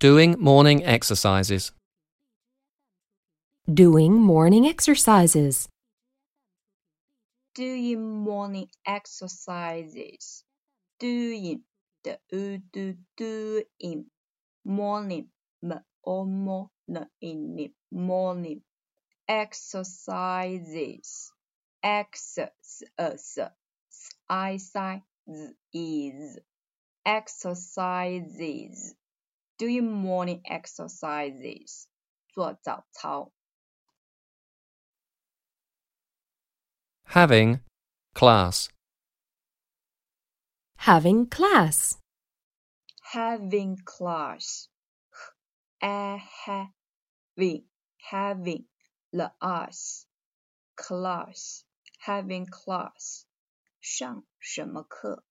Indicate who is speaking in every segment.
Speaker 1: Doing morning exercises.
Speaker 2: Doing morning exercises.
Speaker 3: doing morning exercises. Doing 的 u do doing morning m o m o n in morning exercises exercise s i s i z is exercises doing morning exercises 做早操。
Speaker 1: Having class.
Speaker 2: Having class.
Speaker 3: having class. A having having the us class having class 上什么课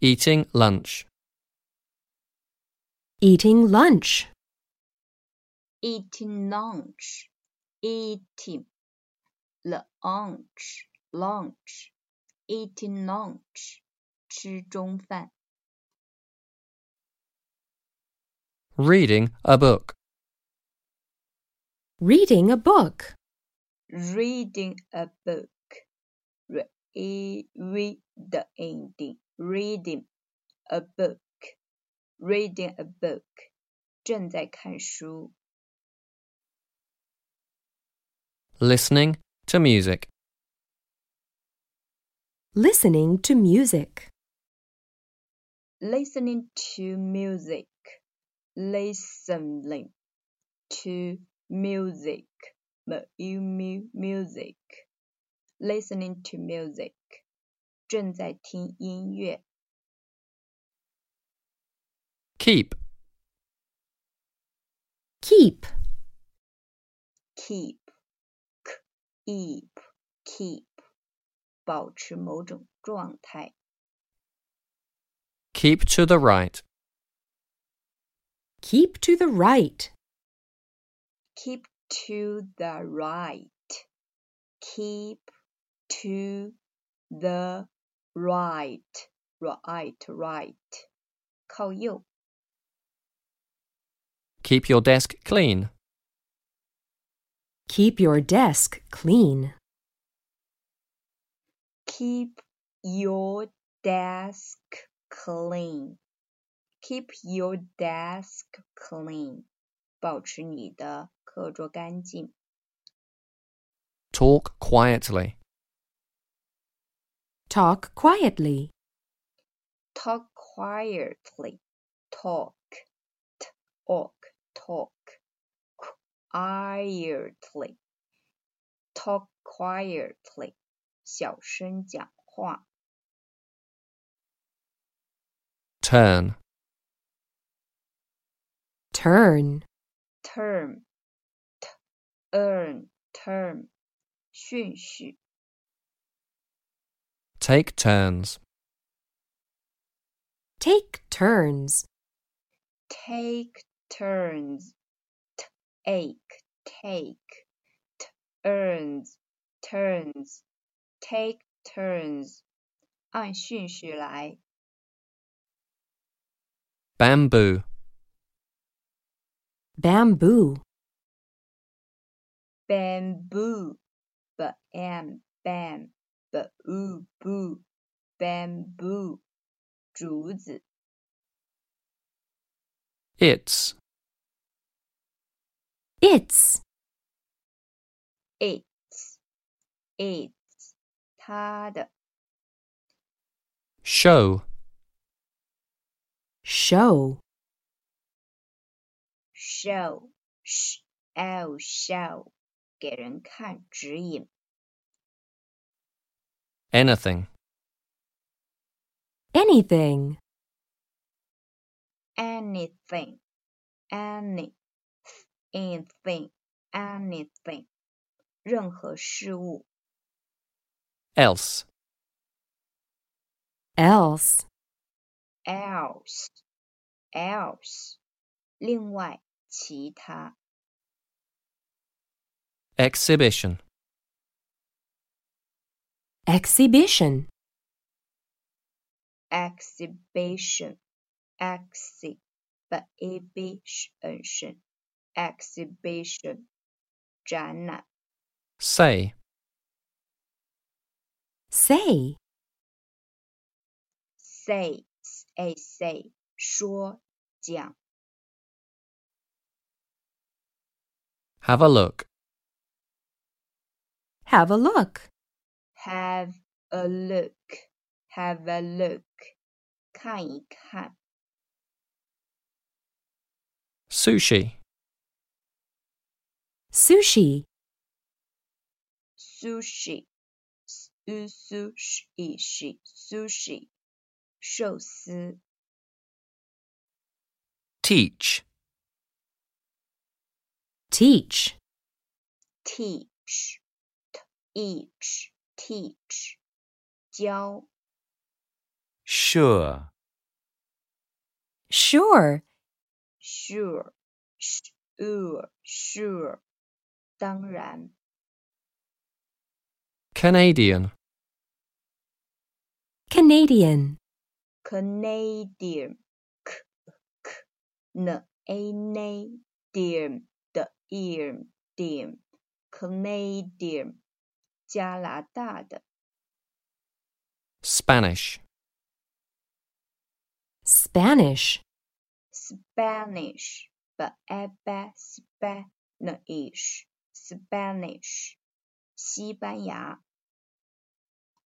Speaker 1: Eating lunch.
Speaker 2: Eating lunch.
Speaker 3: eating lunch eating lunch lunch eating lunch 吃中饭
Speaker 1: Reading a book.
Speaker 2: Reading a book.
Speaker 3: reading a book. Re- e, reading, reading a book, reading a book. 正在看书。
Speaker 1: Listening to music.
Speaker 2: Listening to music.
Speaker 3: Listening to music, listening to music, mu- mu- music, listening to music. 正在听音乐。
Speaker 1: Keep.
Speaker 2: Keep.
Speaker 3: keep, keep, keep，保持某种状态。
Speaker 1: Keep to the right.
Speaker 2: Keep to the right.
Speaker 3: keep to the right. Keep to the right. Right, right. 靠右。
Speaker 1: Keep your desk clean.
Speaker 2: Keep your desk clean.
Speaker 3: Keep your desk clean. Keep your desk clean. 保持你的课桌干净。
Speaker 1: Talk quietly.
Speaker 2: Talk quietly.
Speaker 3: Talk quietly. Talk. Talk. Talk. Quietly. Talk quietly. 小声讲话。
Speaker 1: Turn.
Speaker 2: Turn.
Speaker 3: Term. Earn. Term. 顺序。
Speaker 1: Take turns.
Speaker 2: Take turns.
Speaker 3: Take turns. Take. Take. Turns. Turns. Take turns. 按顺序来。
Speaker 1: Bamboo.
Speaker 2: Bamboo.
Speaker 3: bamboo, bam bam, boo boo, bamboo, 竹子
Speaker 1: It's.
Speaker 2: It's.
Speaker 3: its its 它的
Speaker 1: Show.
Speaker 2: Show.
Speaker 3: show sh l show 给人看指引
Speaker 1: Anything.
Speaker 2: Anything.
Speaker 3: anything any anything anything 任何事物
Speaker 1: Else.
Speaker 2: Else.
Speaker 3: else else 另外其他
Speaker 1: Exhibition.
Speaker 2: Exhibition.
Speaker 3: exhibition exhibition exhibition 展览
Speaker 1: Say.
Speaker 2: Say.
Speaker 3: say say say 说讲
Speaker 1: Have a look.
Speaker 2: Have a look.
Speaker 3: have a look have a look 看一看
Speaker 1: Sushi.
Speaker 2: Sushi.
Speaker 3: sushi sushi sushi 寿司
Speaker 1: Teach.
Speaker 2: Teach.
Speaker 3: teach teach teach 教
Speaker 4: sure,
Speaker 2: Sure.
Speaker 3: sure sure sure 当然
Speaker 1: Canadian.
Speaker 2: Canadian.
Speaker 3: Canadian c c n a n a n 的 ear dim Canadian 加拿大的
Speaker 1: Spanish.
Speaker 2: Spanish.
Speaker 3: Spanish 吧 a ba Spanish Spanish 西班牙